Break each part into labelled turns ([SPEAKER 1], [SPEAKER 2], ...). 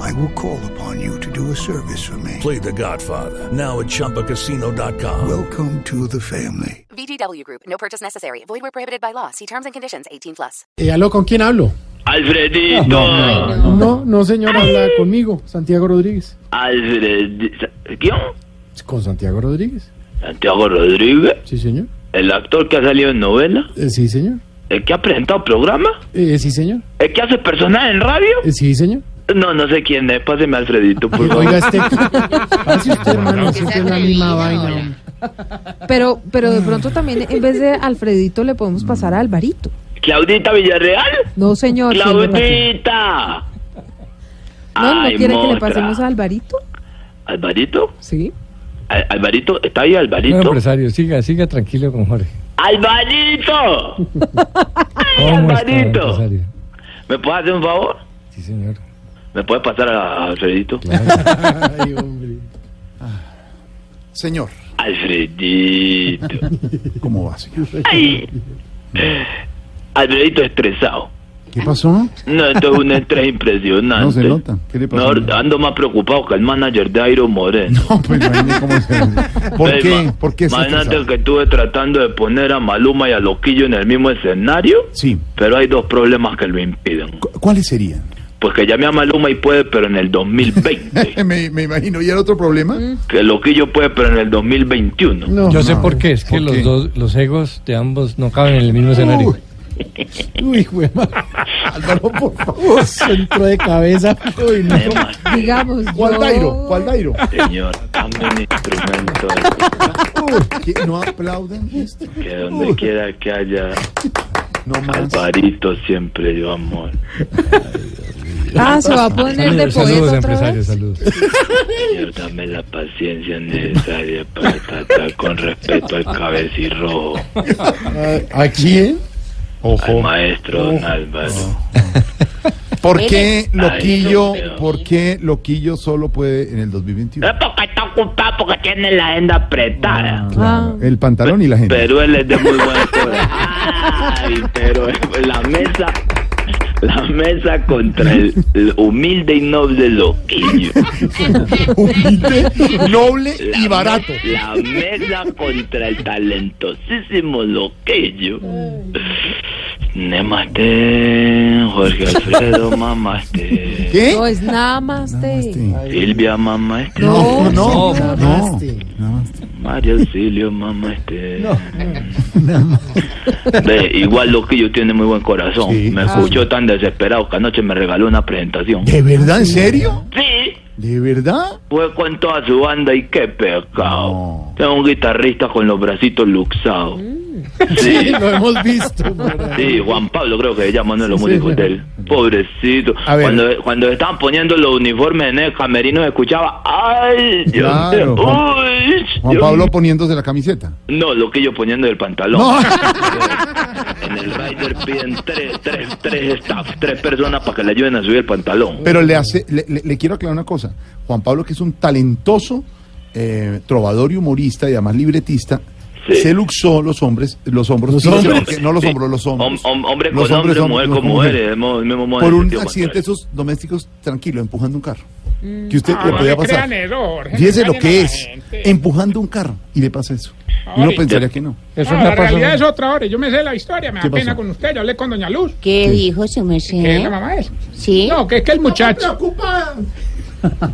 [SPEAKER 1] I will call upon you to do a service for me.
[SPEAKER 2] Play the Godfather, now at Chumpacasino.com.
[SPEAKER 1] Welcome to the family.
[SPEAKER 3] VGW Group. No purchase necessary. Void where prohibited by law. See terms and conditions. 18 plus.
[SPEAKER 4] Eh, aló, ¿con quién hablo?
[SPEAKER 5] Alfredito,
[SPEAKER 4] pues No, no, señor, habla conmigo, Santiago Rodríguez.
[SPEAKER 5] Alfred, ¿quién?
[SPEAKER 4] ¿Con Santiago Rodríguez?
[SPEAKER 5] Santiago Rodríguez,
[SPEAKER 4] Sí, señor.
[SPEAKER 5] el actor que ha salido en novela,
[SPEAKER 4] Eh, sí, señor.
[SPEAKER 5] el que ha presentado programa,
[SPEAKER 4] Eh, sí, señor.
[SPEAKER 5] el que hace personal en radio.
[SPEAKER 4] Eh, sí, señor.
[SPEAKER 5] No, no sé quién es, páseme a Alfredito, por favor.
[SPEAKER 4] Oiga, este. Pase usted, hermano, siempre es la misma vaina. hombre.
[SPEAKER 6] Pero, pero de pronto también en vez de Alfredito le podemos pasar a Alvarito.
[SPEAKER 5] Claudita Villarreal,
[SPEAKER 6] No, señor. ¿quién le pasó?
[SPEAKER 5] Claudita.
[SPEAKER 6] No, no
[SPEAKER 5] Ay,
[SPEAKER 6] quiere que le
[SPEAKER 5] mostra.
[SPEAKER 6] pasemos a Alvarito.
[SPEAKER 5] Alvarito,
[SPEAKER 6] Sí.
[SPEAKER 5] Al- Alvarito, está ahí
[SPEAKER 7] Bueno,
[SPEAKER 5] Alvarito.
[SPEAKER 7] empresario, siga, siga tranquilo con Jorge.
[SPEAKER 5] Alvarito, Ay,
[SPEAKER 7] ¿Cómo está,
[SPEAKER 5] Alvarito,
[SPEAKER 7] empresario?
[SPEAKER 5] ¿me puedes hacer un favor?
[SPEAKER 7] Sí, señor.
[SPEAKER 5] ¿Me puedes pasar a a Alfredito?
[SPEAKER 4] Ay, hombre.
[SPEAKER 1] Señor,
[SPEAKER 5] Alfredito.
[SPEAKER 1] ¿cómo va, señor?
[SPEAKER 5] Ay. Alfredito estresado.
[SPEAKER 1] ¿Qué pasó?
[SPEAKER 5] No, esto es un estrés impresionante.
[SPEAKER 1] No se nota. ¿Qué le pasó?
[SPEAKER 5] No, ando más preocupado que el manager de Airo Moreno.
[SPEAKER 1] No, pues imagínese cómo se... ¿Por
[SPEAKER 5] El
[SPEAKER 1] qué?
[SPEAKER 5] ma-
[SPEAKER 1] ¿Por qué se
[SPEAKER 5] Imagínate que estuve tratando de poner a Maluma y a Loquillo en el mismo escenario,
[SPEAKER 1] Sí.
[SPEAKER 5] pero hay dos problemas que lo impiden.
[SPEAKER 1] ¿Cu- ¿Cuáles serían?
[SPEAKER 5] Pues que llame a Maluma y puede, pero en el 2020.
[SPEAKER 1] Eh, me, me imagino. ¿Y el otro problema?
[SPEAKER 5] que Loquillo puede, pero en el 2021.
[SPEAKER 4] No.
[SPEAKER 7] Yo
[SPEAKER 4] Yo
[SPEAKER 7] sé
[SPEAKER 1] no,
[SPEAKER 7] por qué, es que
[SPEAKER 1] ¿por qué?
[SPEAKER 7] los dos, los egos de ambos no caben en el mismo escenario.
[SPEAKER 4] Uy, güey. Álvaro, por favor, centro de cabeza. Uy, no.
[SPEAKER 5] Además,
[SPEAKER 6] Digamos.
[SPEAKER 4] ¿Cuál
[SPEAKER 6] yo-
[SPEAKER 4] Dairo? ¿Cuál Dairo?
[SPEAKER 5] señor, cambie un instrumento.
[SPEAKER 1] ¿Qué? ¿No aplauden esto?
[SPEAKER 5] Que donde quiera que haya
[SPEAKER 1] No más.
[SPEAKER 5] Alvarito siempre yo amor.
[SPEAKER 6] Ah, se va a poner de
[SPEAKER 7] Saludos,
[SPEAKER 6] poeta
[SPEAKER 7] saludos,
[SPEAKER 6] otra
[SPEAKER 7] empresario,
[SPEAKER 6] vez.
[SPEAKER 7] saludos.
[SPEAKER 5] Señor, dame la paciencia necesaria para tratar con respeto al cabecirrojo,
[SPEAKER 4] ¿A quién?
[SPEAKER 5] al maestro Don Álvaro.
[SPEAKER 1] ¿Por qué Eh, Loquillo,
[SPEAKER 5] Ay, Dios mío.
[SPEAKER 1] por qué Loquillo solo puede en el 2021?
[SPEAKER 5] Es porque está ocupado, porque tiene la agenda apretada.
[SPEAKER 6] Ah.
[SPEAKER 1] El pantalón y la gente.
[SPEAKER 5] Pero él es de muy buen corazón. Ay, pero la mesa, la mesa contra el, el humilde y noble loquillo.
[SPEAKER 1] Humilde, noble
[SPEAKER 5] La
[SPEAKER 1] y barato.
[SPEAKER 5] me- La mesa contra el talentosísimo loquillo. Nemaste, Jorge Alfredo, mamaste.
[SPEAKER 1] ¿Qué?
[SPEAKER 6] No, es nada más de.
[SPEAKER 1] Sí.
[SPEAKER 5] Silvia, mamaste.
[SPEAKER 1] No, no,
[SPEAKER 7] no,
[SPEAKER 1] no.
[SPEAKER 5] María Auxilio, mamaste. Ve, igual loquillo tiene muy buen corazón.
[SPEAKER 1] Sí. Ah.
[SPEAKER 5] Me escuchó tan desesperado que anoche me regaló una presentación.
[SPEAKER 1] ¿De verdad? ¿En serio?
[SPEAKER 5] Sí,
[SPEAKER 1] ¿De verdad?
[SPEAKER 5] fue con toda su banda y qué pecado.
[SPEAKER 1] No. Mm.
[SPEAKER 5] Tengo un guitarrista con los bracitos luxados. Sí.
[SPEAKER 4] Lo hemos visto. por ahí.
[SPEAKER 5] Sí, Juan Pablo creo que se llama uno de los músicos de él. Pobrecito.
[SPEAKER 1] A ver.
[SPEAKER 5] Cuando, cuando estaban poniendo los uniformes en el camerino se escuchaba, ay, Dios
[SPEAKER 1] Claro,
[SPEAKER 5] mío,
[SPEAKER 1] Juan-
[SPEAKER 5] uy,
[SPEAKER 1] Juan
[SPEAKER 5] Dios
[SPEAKER 1] Pablo
[SPEAKER 5] mío".
[SPEAKER 1] poniéndose la camiseta.
[SPEAKER 5] No, lo que yo poniendo el pantalón.
[SPEAKER 1] No.
[SPEAKER 5] En el rider piden tres, tres, tres staff, tres personas para que le ayuden a subir el pantalón.
[SPEAKER 1] Pero le, hace, le, le- le quiero aclarar una cosa. Juan Pablo, que es un talentoso eh, trovador y humorista y además libretista,
[SPEAKER 5] Sí.
[SPEAKER 1] se luxó los hombres, los hombros,
[SPEAKER 4] Los
[SPEAKER 1] dice,
[SPEAKER 4] hombres.
[SPEAKER 1] porque- no los
[SPEAKER 5] Sí.
[SPEAKER 1] hombros, los
[SPEAKER 5] Hom-
[SPEAKER 1] hombros.
[SPEAKER 5] hom- hombre
[SPEAKER 1] Los
[SPEAKER 5] con hombre,
[SPEAKER 1] hom-
[SPEAKER 5] mujer
[SPEAKER 1] los
[SPEAKER 5] con
[SPEAKER 1] hombres.
[SPEAKER 5] mujer. el mo- el mismo modo
[SPEAKER 1] Por
[SPEAKER 5] en este
[SPEAKER 1] un
[SPEAKER 5] sentido
[SPEAKER 1] accidente de
[SPEAKER 5] contrario.
[SPEAKER 1] esos domésticos, tranquilo, empujando un carro. Que usted
[SPEAKER 8] Ah,
[SPEAKER 1] le
[SPEAKER 8] no
[SPEAKER 1] podía
[SPEAKER 8] le
[SPEAKER 1] pasar.
[SPEAKER 8] crean eso, Jorge,
[SPEAKER 1] Fíjese
[SPEAKER 8] no
[SPEAKER 1] lo
[SPEAKER 8] engañen
[SPEAKER 1] que
[SPEAKER 8] a la
[SPEAKER 1] es,
[SPEAKER 8] gente.
[SPEAKER 1] empujando un carro y le pasa eso. Uno
[SPEAKER 8] Ay.
[SPEAKER 1] pensaría que no.
[SPEAKER 7] Eso
[SPEAKER 8] No,
[SPEAKER 7] me
[SPEAKER 8] la
[SPEAKER 7] ha pasado.
[SPEAKER 8] realidad es otra hora. Yo me sé la historia, me
[SPEAKER 1] ¿Qué
[SPEAKER 8] da pena
[SPEAKER 1] pasó?
[SPEAKER 8] con usted. Yo hablé con Doña Luz,
[SPEAKER 9] ¿Qué dijo su merced?
[SPEAKER 8] que es la mamá es.
[SPEAKER 9] Sí.
[SPEAKER 8] No, que es que el muchacho.
[SPEAKER 6] Ay,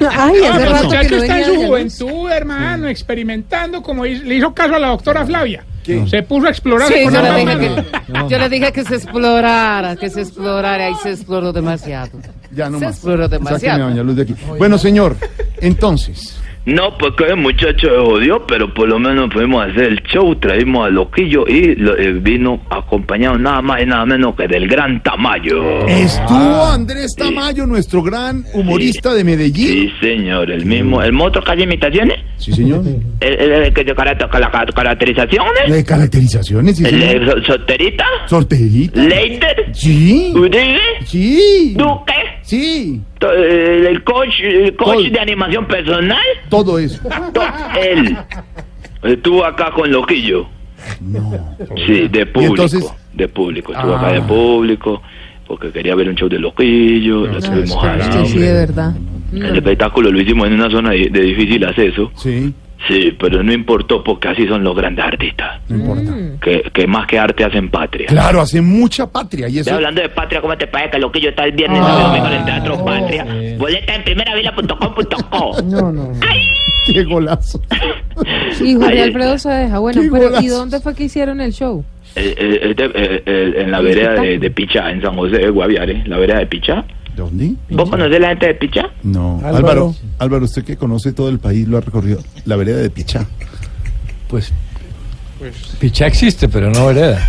[SPEAKER 8] No,
[SPEAKER 6] Ah, hace
[SPEAKER 8] el
[SPEAKER 6] rato que
[SPEAKER 8] muchacho está en
[SPEAKER 6] no venía.
[SPEAKER 8] su
[SPEAKER 6] de allá.
[SPEAKER 8] juventud, hermano, experimentando como hizo- le hizo caso a la doctora Flavia. Se puso a explorar
[SPEAKER 10] Sí, yo
[SPEAKER 8] con
[SPEAKER 10] le,
[SPEAKER 8] la
[SPEAKER 10] dije
[SPEAKER 8] mano.
[SPEAKER 10] que, yo le dije que se explorara, que se explorara y se exploró demasiado.
[SPEAKER 1] Ya Ah, no
[SPEAKER 10] Se
[SPEAKER 1] más.
[SPEAKER 10] exploró
[SPEAKER 1] Sáqueme a
[SPEAKER 10] demasiado.
[SPEAKER 1] Doña Luz de aquí. Bueno, señor, entonces,
[SPEAKER 5] No, porque el muchacho se jodió, pero por lo menos pudimos hacer el show, traímos a Loquillo y lo- eh, vino acompañado nada más y nada menos que del gran Tamayo.
[SPEAKER 1] ¿Eh? Estuvo Andrés Tamayo, nuestro gran humorista de Medellín.
[SPEAKER 5] Sí, señor, el mismo, el moto que hace imitaciones,
[SPEAKER 1] Sí, señor.
[SPEAKER 5] el, el- el que se caracter- con la car- caracterizaciones,
[SPEAKER 1] De caracterizaciones, sí,
[SPEAKER 5] el,
[SPEAKER 1] señor.
[SPEAKER 5] el so- soterita,
[SPEAKER 1] Sorterita.
[SPEAKER 5] Leiter,
[SPEAKER 1] Sí.
[SPEAKER 5] Uribe,
[SPEAKER 1] Sí.
[SPEAKER 5] Duque,
[SPEAKER 1] Sí.
[SPEAKER 5] to- eh, el coach, el coach
[SPEAKER 1] Todo.
[SPEAKER 5] de animación personal,
[SPEAKER 1] Todo eso.
[SPEAKER 5] todo él. Estuvo acá con Loquillo.
[SPEAKER 1] No.
[SPEAKER 5] Sí, de público.
[SPEAKER 1] entonces?
[SPEAKER 5] De público. Estuvo
[SPEAKER 1] Ah.
[SPEAKER 5] acá de público porque quería ver un show de Loquillo. lo
[SPEAKER 6] No, es
[SPEAKER 5] tuvimos
[SPEAKER 6] que
[SPEAKER 5] allá,
[SPEAKER 6] usted sí,
[SPEAKER 5] hombre.
[SPEAKER 6] de verdad.
[SPEAKER 5] El espectáculo lo hicimos en una zona de, de difícil acceso.
[SPEAKER 1] Sí.
[SPEAKER 5] Sí, pero no importó porque así son los grandes artistas.
[SPEAKER 1] No importa.
[SPEAKER 8] Mm.
[SPEAKER 5] Que, que más que arte hacen patria.
[SPEAKER 1] Claro, hace mucha patria y
[SPEAKER 5] Estoy
[SPEAKER 1] eso.
[SPEAKER 5] hablando de patria, ¿cómo te parece que Loquillo está el viernes,
[SPEAKER 1] Ah.
[SPEAKER 5] sábado y domingo en el Teatro Patria? Boleta en primeravila.com.co.
[SPEAKER 4] No, no. no.
[SPEAKER 1] Qué golazo.
[SPEAKER 6] Y
[SPEAKER 5] Ahí
[SPEAKER 6] Jorge
[SPEAKER 5] está.
[SPEAKER 6] Alfredo se deja. Bueno,
[SPEAKER 1] Qué
[SPEAKER 6] pero ¿y
[SPEAKER 1] golazos.
[SPEAKER 6] dónde fue que hicieron el show?
[SPEAKER 5] Eh, eh, este, eh, eh, en la vereda de, de Pichá, en San José de Guaviare, la vereda de Pichá.
[SPEAKER 1] ¿Dónde?
[SPEAKER 5] ¿Vos conocés la gente de Pichá?
[SPEAKER 1] No.
[SPEAKER 4] Álvaro.
[SPEAKER 1] Álvaro, Álvaro, usted que conoce todo el país, lo ha recorrido. La vereda de Pichá.
[SPEAKER 7] Pues, Pichá existe, pero no vereda.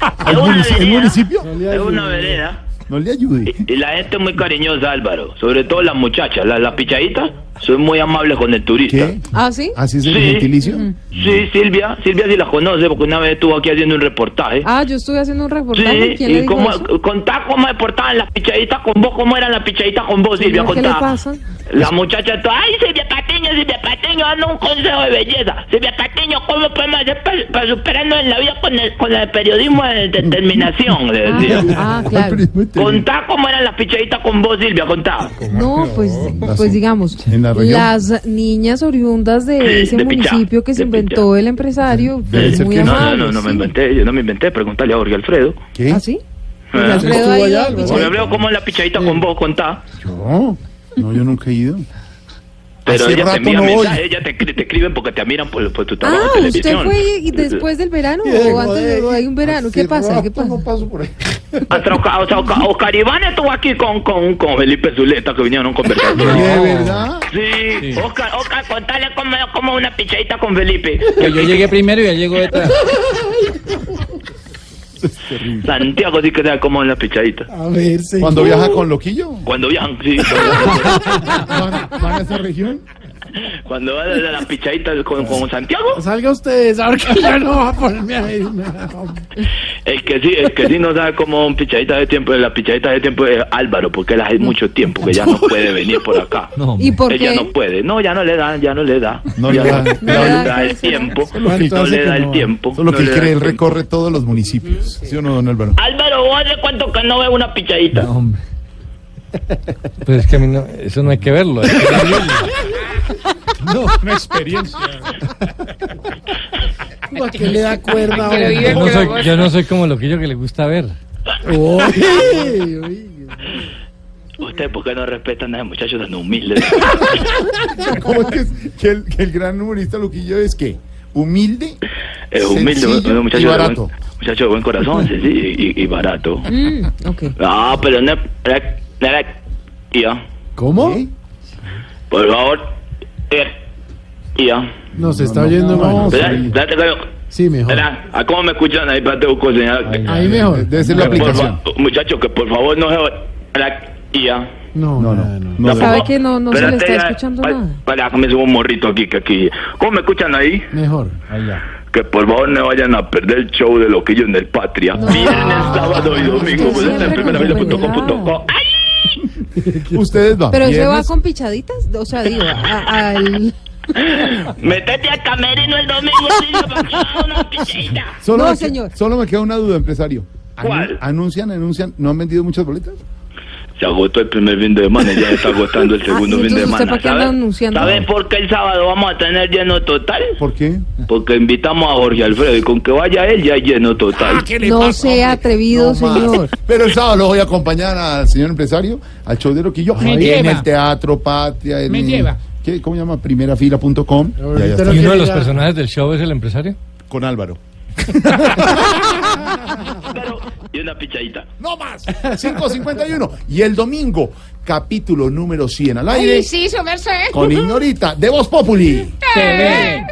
[SPEAKER 1] Ah,
[SPEAKER 5] Es una
[SPEAKER 1] ¿El
[SPEAKER 5] vereda,
[SPEAKER 1] municipio?
[SPEAKER 5] es una vereda.
[SPEAKER 1] No le ayude.
[SPEAKER 5] Y la gente es muy cariñosa, Álvaro. Sobre todo las muchachas, las, las pichaditas, son muy amables con el turista.
[SPEAKER 1] ¿Qué?
[SPEAKER 6] ¿Ah, sí?
[SPEAKER 1] ¿Así es el
[SPEAKER 5] Sí.
[SPEAKER 1] gentilicio?
[SPEAKER 5] Sí, Silvia, Silvia sí las conoce porque una vez estuvo aquí haciendo un reportaje.
[SPEAKER 6] Ah, yo estuve haciendo un reportaje.
[SPEAKER 5] sí,
[SPEAKER 6] ¿Quién le
[SPEAKER 5] y
[SPEAKER 6] dijo
[SPEAKER 5] cómo,
[SPEAKER 6] eso?
[SPEAKER 5] contá cómo reportaban las pichaditas con vos, cómo eran las pichaditas con vos, Silvia,
[SPEAKER 6] Señor, ¿Qué
[SPEAKER 5] contá.
[SPEAKER 6] le pasa?
[SPEAKER 5] La muchacha está, ay, Silvia Patiño, Silvia Patiño, dando un consejo de belleza. Silvia Patiño, ¿cómo podemos hacer para, superarnos en la vida con el, con el periodismo de determinación? Le
[SPEAKER 6] Ah,
[SPEAKER 5] decía.
[SPEAKER 6] ah, claro.
[SPEAKER 1] Ay, pero-
[SPEAKER 5] Contá cómo eran las pichaditas con vos, Silvia, contá.
[SPEAKER 6] No, pues,
[SPEAKER 1] Las-
[SPEAKER 6] pues digamos,
[SPEAKER 1] en la región.
[SPEAKER 6] las niñas oriundas de ese
[SPEAKER 5] de Pichá,
[SPEAKER 6] municipio que se
[SPEAKER 5] de Pichá.
[SPEAKER 6] inventó el empresario,
[SPEAKER 1] Debe
[SPEAKER 6] pues,
[SPEAKER 1] ser
[SPEAKER 6] muy
[SPEAKER 1] que-
[SPEAKER 5] No, no,
[SPEAKER 6] amables.
[SPEAKER 5] no, no me
[SPEAKER 6] sí.
[SPEAKER 5] inventé, yo no me inventé, pregúntale a Jorge Alfredo.
[SPEAKER 1] ¿Qué?
[SPEAKER 6] ¿Ah, sí? Pues
[SPEAKER 5] Eh,
[SPEAKER 6] Alfredo
[SPEAKER 4] estuvo
[SPEAKER 6] ahí,
[SPEAKER 4] allá,
[SPEAKER 6] Pichá.
[SPEAKER 5] Jorge Alfredo, ¿cómo es la pichadita con vos, contá?
[SPEAKER 1] Yo. No, yo nunca he ido.
[SPEAKER 5] Pero
[SPEAKER 1] Hace
[SPEAKER 5] ella te
[SPEAKER 1] rato
[SPEAKER 5] envía
[SPEAKER 1] no voy.
[SPEAKER 5] mensajes, ella te, te escriben porque te admiran por, por tu trabajo
[SPEAKER 6] Ah,
[SPEAKER 5] en
[SPEAKER 6] usted
[SPEAKER 5] televisión. Eh,
[SPEAKER 6] fue y después del verano o antes de- o hay un verano. ¿Qué pasa? ¿Qué pasa?
[SPEAKER 1] paso por ahí.
[SPEAKER 5] Hasta Oca- o sea, Oca- Oscar Iván estuvo aquí con, con, con Felipe Zuleta que vinieron a conversar.
[SPEAKER 1] ¿De verdad?
[SPEAKER 5] Sí, Oscar, Oscar, contale cómo, cómo es una pichadita con Felipe.
[SPEAKER 7] Yo, llegué primero y ya llegó detrás.
[SPEAKER 5] Santiago sí que sabe cómo es la pichadita.
[SPEAKER 4] A ver, señor.
[SPEAKER 1] ¿Cuando viaja con Loquillo?
[SPEAKER 5] Cuando viajan, sí, cuando,
[SPEAKER 1] ¿Van, van a esa región?
[SPEAKER 5] cuando van a las pichaditas con, con Santiago,
[SPEAKER 4] Salga ustedes, ahora que yo no voy a ponerme a ir. no.
[SPEAKER 5] el que sí, el que sí no sabe cómo son pichaditas de tiempo, las pichaditas de tiempo es Álvaro, porque él hace mucho tiempo que ya no puede venir por acá.
[SPEAKER 7] No,
[SPEAKER 6] ¿Y
[SPEAKER 7] hombre.
[SPEAKER 6] por
[SPEAKER 5] Ella
[SPEAKER 6] qué?
[SPEAKER 5] no puede, no, ya no le da, ya no le da.
[SPEAKER 1] No
[SPEAKER 5] ya
[SPEAKER 1] le da.
[SPEAKER 5] no
[SPEAKER 6] No le da,
[SPEAKER 5] le da el
[SPEAKER 6] sí, sí,
[SPEAKER 5] tiempo,
[SPEAKER 6] sí.
[SPEAKER 5] no
[SPEAKER 4] ¿Cuánto hace
[SPEAKER 5] le da
[SPEAKER 4] que
[SPEAKER 5] el
[SPEAKER 4] no va?
[SPEAKER 5] tiempo.
[SPEAKER 1] Eso es
[SPEAKER 5] no
[SPEAKER 1] lo que
[SPEAKER 5] le
[SPEAKER 1] él
[SPEAKER 5] da
[SPEAKER 1] cree,
[SPEAKER 5] el
[SPEAKER 1] él
[SPEAKER 5] tiempo.
[SPEAKER 1] recorre todos los municipios. ¿Sí o no, don Álvaro?
[SPEAKER 5] Álvaro, ¿vos hace cuánto que no ve una pichadita?
[SPEAKER 7] No, hombre. Pues es que a mí no, eso no hay que verlo. hay que vivirlo.
[SPEAKER 8] Una experiencia.
[SPEAKER 4] ¿Para qué le da cuerda?
[SPEAKER 10] Que lo
[SPEAKER 4] hombre?
[SPEAKER 10] vive
[SPEAKER 7] Yo no soy, yo no soy como loquillo que le gusta ver.
[SPEAKER 4] Oye, oye.
[SPEAKER 5] Ustedes, ¿por qué no respetan a esos muchachos tan humildes?
[SPEAKER 1] ¿Cómo es que, es- que el, que el gran humorista Loquillo es que humilde,
[SPEAKER 5] Es humilde,
[SPEAKER 1] sencillo
[SPEAKER 5] un
[SPEAKER 1] y
[SPEAKER 5] muchacho, de
[SPEAKER 1] barato?
[SPEAKER 5] buen, muchacho de buen corazón, sí, sí, y, y- y barato.
[SPEAKER 6] Mm, ok.
[SPEAKER 5] Ah, pero no, no, no, no, ya,
[SPEAKER 4] ¿Cómo?
[SPEAKER 1] ¿Eh?
[SPEAKER 5] por favor, eh, ya.
[SPEAKER 4] Nos está oyendo
[SPEAKER 1] no,
[SPEAKER 4] mal.
[SPEAKER 1] no.
[SPEAKER 5] Espera, espérate, espera,
[SPEAKER 4] Sí, mejor.
[SPEAKER 1] Ah.
[SPEAKER 5] espera, ¿a cómo me escuchan? Ahí para te busco señal. Que-
[SPEAKER 4] Ahí mejor.
[SPEAKER 1] Debe ser la
[SPEAKER 5] que por
[SPEAKER 1] aplicación.
[SPEAKER 5] fa- muchacho, que por favor no se... espera, ya.
[SPEAKER 4] No,
[SPEAKER 1] No,
[SPEAKER 4] no,
[SPEAKER 1] no.
[SPEAKER 4] no.
[SPEAKER 1] no
[SPEAKER 5] por
[SPEAKER 1] debe-
[SPEAKER 6] Sabe
[SPEAKER 5] favor.
[SPEAKER 6] que no- no se le
[SPEAKER 5] Espérate,
[SPEAKER 6] está
[SPEAKER 5] ya,
[SPEAKER 6] escuchando
[SPEAKER 5] pa-
[SPEAKER 6] nada.
[SPEAKER 5] Para que me suba un morrito aquí, que aquí. ¿Cómo me escuchan ahí?
[SPEAKER 4] Mejor.
[SPEAKER 5] Que por favor no vayan a perder el show de Loquillo en el Patria. Viernes, sábado y domingo.
[SPEAKER 6] Usted
[SPEAKER 5] Pues en
[SPEAKER 6] siempre nos
[SPEAKER 5] primeravila.com.co. ¡Ay!
[SPEAKER 1] Ustedes van.
[SPEAKER 6] Pero se
[SPEAKER 1] viernes,
[SPEAKER 6] va con pichaditas, o sea, digo, a- al...
[SPEAKER 5] Métete al camerino el domingo, Silvio, para que haga una pichadita.
[SPEAKER 1] Solo
[SPEAKER 6] No,
[SPEAKER 1] me que-
[SPEAKER 6] señor.
[SPEAKER 1] Solo me queda una duda, empresario. Anu-
[SPEAKER 5] ¿Cuál?
[SPEAKER 1] Anuncian, anuncian. ¿No han vendido muchas boletas?
[SPEAKER 5] Se agotó el primer fin de semana y ya se está agotando el
[SPEAKER 6] Ah,
[SPEAKER 5] segundo
[SPEAKER 6] ¿y
[SPEAKER 5] fin de
[SPEAKER 6] entonces usted
[SPEAKER 5] semana.
[SPEAKER 6] para qué anda anunciando?
[SPEAKER 5] ¿Saben por qué el sábado vamos a tener lleno total?
[SPEAKER 1] ¿Por qué?
[SPEAKER 5] Porque invitamos a Jorge Alfredo y con que vaya él ya hay lleno total.
[SPEAKER 6] No sea atrevido,
[SPEAKER 1] No más.
[SPEAKER 6] señor.
[SPEAKER 1] Pero el sábado lo voy a acompañar al señor empresario, al show de Loquillo,
[SPEAKER 8] Me
[SPEAKER 1] en
[SPEAKER 8] lleva.
[SPEAKER 1] el Teatro Patria. En
[SPEAKER 8] Me
[SPEAKER 1] el-
[SPEAKER 8] lleva.
[SPEAKER 1] ¿qué, ¿Cómo se llama? Primerafila.com. Y allá
[SPEAKER 4] Ahorita
[SPEAKER 1] está,
[SPEAKER 4] lo-
[SPEAKER 7] ¿Y uno de los
[SPEAKER 4] Ya.
[SPEAKER 7] personajes del show es el empresario?
[SPEAKER 1] Con Álvaro.
[SPEAKER 5] Pero, y una pichadita.
[SPEAKER 1] No más. 551. Y el domingo, capítulo número 100 al aire.
[SPEAKER 10] sí, su merced.
[SPEAKER 1] Con Ignorita de Voz Populi.
[SPEAKER 10] Eh.